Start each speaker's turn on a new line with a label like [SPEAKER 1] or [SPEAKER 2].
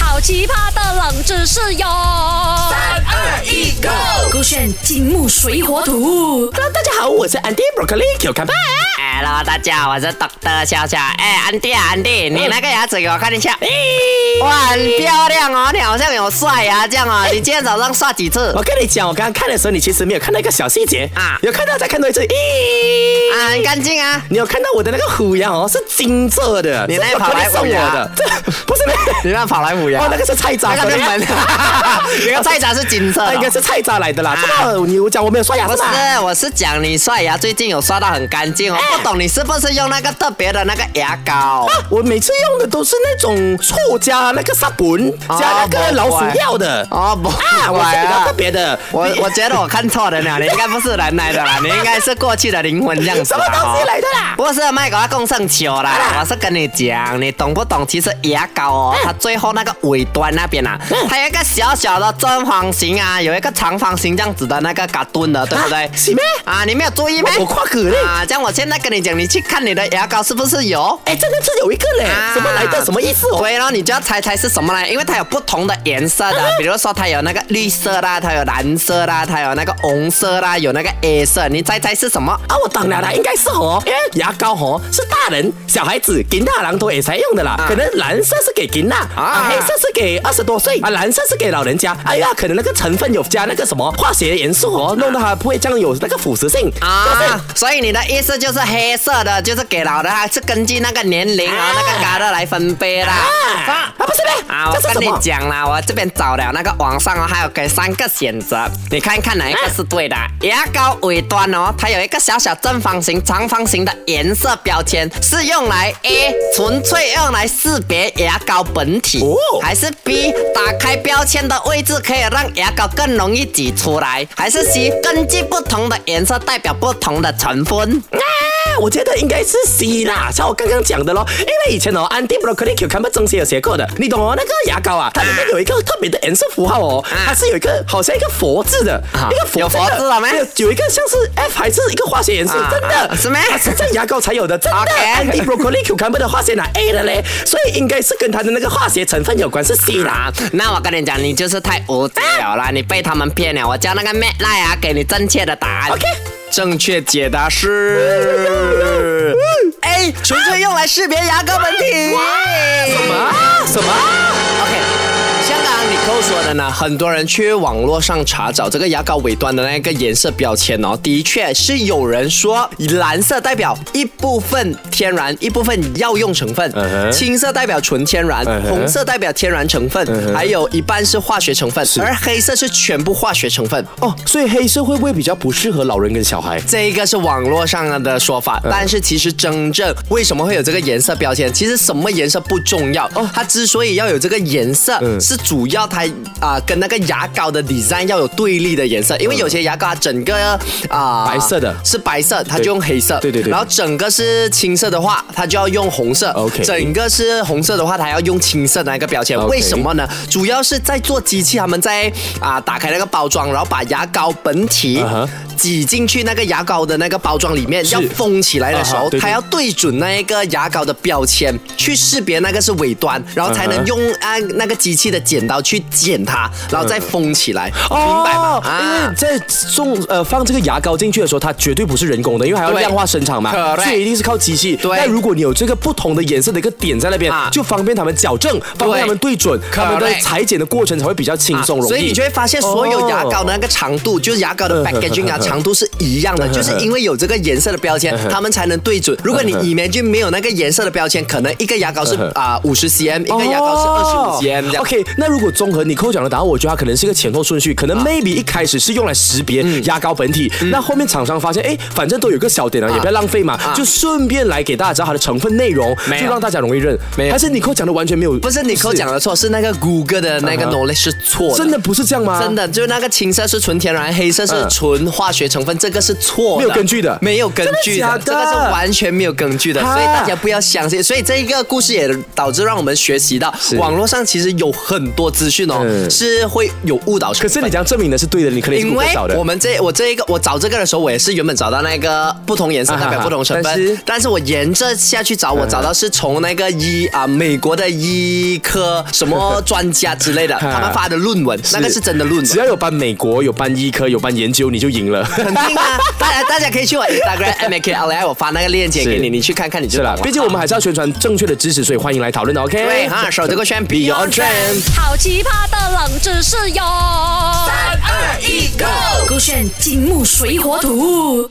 [SPEAKER 1] 好奇葩的冷知识哟！三
[SPEAKER 2] 二一，Go！
[SPEAKER 1] 勾选金木水火土。
[SPEAKER 2] Hello，大家好，我是 Andy Broccoli Q 看吧。
[SPEAKER 3] Hello，大家好，我是 Doctor 小小。哎，安迪啊，安迪，你那个牙齿给我看一下。哎哇，很漂亮哦，你好像有刷牙这样哦。你今天早上刷几次
[SPEAKER 2] 我？跟你讲，我刚刚看的时候，你其实没有看到一个小细节啊
[SPEAKER 3] 啊，
[SPEAKER 2] 有看到再看多一次。咦，
[SPEAKER 3] 啊，很干净啊。
[SPEAKER 2] 你有看到我的那个虎牙哦，是金色的，
[SPEAKER 3] 你
[SPEAKER 2] 是
[SPEAKER 3] 那一跑来
[SPEAKER 2] Broccoli 送
[SPEAKER 3] 虎
[SPEAKER 2] 我
[SPEAKER 3] 牙
[SPEAKER 2] 的，这不 是那
[SPEAKER 3] 你那跑来补牙
[SPEAKER 2] 哦，那个是菜渣，，
[SPEAKER 3] 那个是门 那个菜渣是金色
[SPEAKER 2] 那
[SPEAKER 3] 的哦
[SPEAKER 2] 应。该是菜渣来的啦。
[SPEAKER 3] 啊
[SPEAKER 2] 这个你讲我没有刷牙
[SPEAKER 3] 不
[SPEAKER 2] 是
[SPEAKER 3] 是
[SPEAKER 2] 吗？，
[SPEAKER 3] 我是讲你刷牙最近有刷到很干净哦，不懂你是不是用那个特别的那个牙膏？
[SPEAKER 2] 我每次用的都是那种醋加那个沙本加那个老鼠药的。
[SPEAKER 3] 哦，不
[SPEAKER 2] 啊，我是比较特
[SPEAKER 3] 别。
[SPEAKER 2] 别的。
[SPEAKER 3] 我我觉得我看错人了，你应该不是人来的啦，你应该是过去的灵魂这样子啊哦
[SPEAKER 2] 什
[SPEAKER 3] 啦
[SPEAKER 2] 么东西来的啦？
[SPEAKER 3] 不是卖给他供圣球 啦，我是跟你讲，你懂不懂？其实牙膏哦，
[SPEAKER 2] 嗯
[SPEAKER 3] 它最后那个尾端那边啊，它有一个小小的正方形啊，有一个长方形这样子的那个嘎墩的，对不对
[SPEAKER 2] 啊？是咩
[SPEAKER 3] 啊，你没有注意吗？
[SPEAKER 2] 我跨过嘞
[SPEAKER 3] 啊，这样我现在跟你讲，你去看你的牙膏是不是有？
[SPEAKER 2] 哎，真的是有一个嘞，
[SPEAKER 3] 啊
[SPEAKER 2] 什么来的？什么意思哦？
[SPEAKER 3] 对咯，你就要猜猜是什么来，因为它有不同的颜色的，
[SPEAKER 2] 嗯
[SPEAKER 3] 比如说它有那个绿色啦，它有蓝色啦，它有那个红色啦，有那个 A 色，你猜猜是什么？
[SPEAKER 2] 啊，我懂了啦，应该是哦，因为牙膏哦是大人、小孩子、金大郎都也才用的
[SPEAKER 3] 啊
[SPEAKER 2] 啦。可能蓝色是给金大，啊，黑色是给二十多岁，啊，蓝色是给老人家。哎呀，可能那个成分有加那个什么化学元素哦，弄得它不会这样有那个腐蚀性但
[SPEAKER 3] 啊
[SPEAKER 2] 是，
[SPEAKER 3] 所以你的意思就是黑色的，就是给老的，还是根据那个年龄啊、
[SPEAKER 2] 啊
[SPEAKER 3] 那个嘎的来分配啦。
[SPEAKER 2] 啊，啊不是呗，
[SPEAKER 3] 啊，
[SPEAKER 2] 这是
[SPEAKER 3] 我
[SPEAKER 2] 什
[SPEAKER 3] 跟你
[SPEAKER 2] 么？
[SPEAKER 3] 讲啦，我这边找了那个网上哦，还有给三个选择，你看看哪一个是对的。牙膏尾端哦，它有一个小小正方形、长方形的颜色标签，是用来 A 纯粹用来识别牙膏本体，
[SPEAKER 2] 哦
[SPEAKER 3] 还是 B 打开标签的位置可以让牙膏更容易挤出来，还是 C 根据不同的颜色代表不同的成分？
[SPEAKER 2] 啊我觉得应该是 C 啦，像我刚刚讲的咯，因为以前哦，安迪布罗克利 Q 看不中心有学过的，你懂哦，那个牙膏啊，它里面有一个特别的颜色符号哦，
[SPEAKER 3] 啊
[SPEAKER 2] 它是有一个好像一个佛字的，
[SPEAKER 3] 啊
[SPEAKER 2] 一个佛
[SPEAKER 3] 有佛字了没
[SPEAKER 2] 有有一个像是 F 还是一个化学元素，
[SPEAKER 3] 啊
[SPEAKER 2] 真的
[SPEAKER 3] 啊是咩
[SPEAKER 2] 它是在牙膏才有的，真的。
[SPEAKER 3] OK
[SPEAKER 2] 安迪布罗克利 Q 看不的化学拿 A 的嘞，所以应该是跟它的那个化学成分有关，是 C 啦。
[SPEAKER 3] 那我跟你讲，你就是太无知了啦，你被他们骗了。我叫那个 Matt 赖啊，给你正确的答案。
[SPEAKER 2] OK 哎
[SPEAKER 3] 正确解答是 A，纯哎粹用来识别牙膏本体。
[SPEAKER 2] 什么？什么？
[SPEAKER 3] OK，香港你扣说的呢，很多人去网络上查找这个牙膏尾端的那个颜色标签哦，的确是有人说蓝色代表一部分天然，一部分药用成分
[SPEAKER 2] 嗯哼
[SPEAKER 3] 青色代表纯天然
[SPEAKER 2] 嗯哼嗯
[SPEAKER 3] 红色代表天然成分还有一半是化学成分，而黑色是全部化学成分。
[SPEAKER 2] 哦，所以黑色会不会比较不适合老人跟小孩？
[SPEAKER 3] 这一个是网络上的说法，
[SPEAKER 2] 嗯
[SPEAKER 3] 但是其实真正为什么会有这个颜色标签，其实什么颜色不重要哦，它之所以要有这个颜色，
[SPEAKER 2] 嗯
[SPEAKER 3] 是主要它啊、跟那个牙膏的 design 要有对立的颜色，因为有些牙膏它整个啊、
[SPEAKER 2] 嗯白色的
[SPEAKER 3] 是白色，它就用黑色，
[SPEAKER 2] 对对对
[SPEAKER 3] 然后整个是青色的话，它就要用红色
[SPEAKER 2] OK
[SPEAKER 3] 整个是红色的话，它要用青色的那个标签
[SPEAKER 2] OK
[SPEAKER 3] 为什么呢？主要是在做机器，他们在啊、打开那个包装，然后把牙膏本体。
[SPEAKER 2] 啊哈
[SPEAKER 3] 挤进去那个牙膏的那个包装里面，要封起来的时
[SPEAKER 2] 啊哈
[SPEAKER 3] 候，
[SPEAKER 2] 对对
[SPEAKER 3] 它要对准那一个牙膏的标签去识别那个是尾端，然后才
[SPEAKER 2] 嗯
[SPEAKER 3] 能
[SPEAKER 2] 哼
[SPEAKER 3] 用啊那个机器的剪刀去剪它，然后再封起来，明
[SPEAKER 2] 哦，
[SPEAKER 3] 白吗？
[SPEAKER 2] 因为
[SPEAKER 3] 啊。
[SPEAKER 2] 在送呃放这个牙膏进去的时候，它绝对不是人工的，因为还要
[SPEAKER 3] 对
[SPEAKER 2] 量化生产嘛，
[SPEAKER 3] Correct
[SPEAKER 2] 所以一定是靠机器。
[SPEAKER 3] 对
[SPEAKER 2] 那如果你有这个不同的颜色的一个点在那边
[SPEAKER 3] 啊，
[SPEAKER 2] 就方便他们矫正，方便他们对准，他们在
[SPEAKER 3] Correct
[SPEAKER 2] 裁剪的过程才会比较轻松容易。哦
[SPEAKER 3] 所以你就会发现，所有牙膏的那个长度，就是牙膏的 packaging 啊，长度是一样的，就是因为有这个颜色的标签，它们才能对准。如 果你里面就没有那个颜色的标签，可能一个牙膏是啊五十 cm，一
[SPEAKER 2] 哦
[SPEAKER 3] 个牙膏是二十五 cm 这样。
[SPEAKER 2] OK，那如果综合你扣奖的答案，我觉得它可能是一个前后顺序，可能
[SPEAKER 3] 啊
[SPEAKER 2] maybe 一开始是用来识别
[SPEAKER 3] 嗯
[SPEAKER 2] 牙膏本体，那后面厂商发现，哎，反正都有个小
[SPEAKER 3] 啊
[SPEAKER 2] 点了，也不要浪费嘛，就顺便来给大家知道它的成分内容，
[SPEAKER 3] 没有
[SPEAKER 2] 就让大家容易认。
[SPEAKER 3] 没有
[SPEAKER 2] 还是你扣奖的完全没有？
[SPEAKER 3] 不是你口讲的错，是那个谷歌的那个
[SPEAKER 2] 嗯哼
[SPEAKER 3] knowledge 是错的。
[SPEAKER 2] 真的不是这样吗？
[SPEAKER 3] 真的，就那个青色是纯天然，黑色是纯化学成分，这个是错的，
[SPEAKER 2] 没有根据的
[SPEAKER 3] 没有根据
[SPEAKER 2] 真的
[SPEAKER 3] 的，
[SPEAKER 2] 假的
[SPEAKER 3] 这个是完全没有根据的，
[SPEAKER 2] 哈
[SPEAKER 3] 所以大家不要相信。所以这一个故事也导致让我们学习到，网络上其实有很多资讯哦，
[SPEAKER 2] 嗯
[SPEAKER 3] 是会有误导成
[SPEAKER 2] 可
[SPEAKER 3] 分。
[SPEAKER 2] 是你讲证明的是对的，你可能也是
[SPEAKER 3] 因
[SPEAKER 2] 不
[SPEAKER 3] 为
[SPEAKER 2] 会找的
[SPEAKER 3] 我。们这我这一个我找这个的时候，我也是原本找到那个不同颜色代表不同成分，
[SPEAKER 2] 啊哈哈但是
[SPEAKER 3] 我沿着下去找，我找到是从 那个医啊美国的医科什么专家之类的，
[SPEAKER 2] 哈啊
[SPEAKER 3] 他们发的论文，那个是真的论
[SPEAKER 2] 只要
[SPEAKER 3] 文。
[SPEAKER 2] 有搬美国、有搬医科、有搬研究，你就赢了。
[SPEAKER 3] 肯定啊， 大家大家可以去我 Instagram M A K L I，我发那个链接给 你，
[SPEAKER 2] 是
[SPEAKER 3] 你去看看你就是懂
[SPEAKER 2] 啦
[SPEAKER 3] 了，。
[SPEAKER 2] 毕竟我们还是要宣传正确的知识，所以欢迎来讨论的。OK，
[SPEAKER 3] 对哈，手这个圈 Beyond Trend。
[SPEAKER 1] 好奇葩的冷知识哟！三
[SPEAKER 3] 二一 go
[SPEAKER 1] 勾选金木水火土。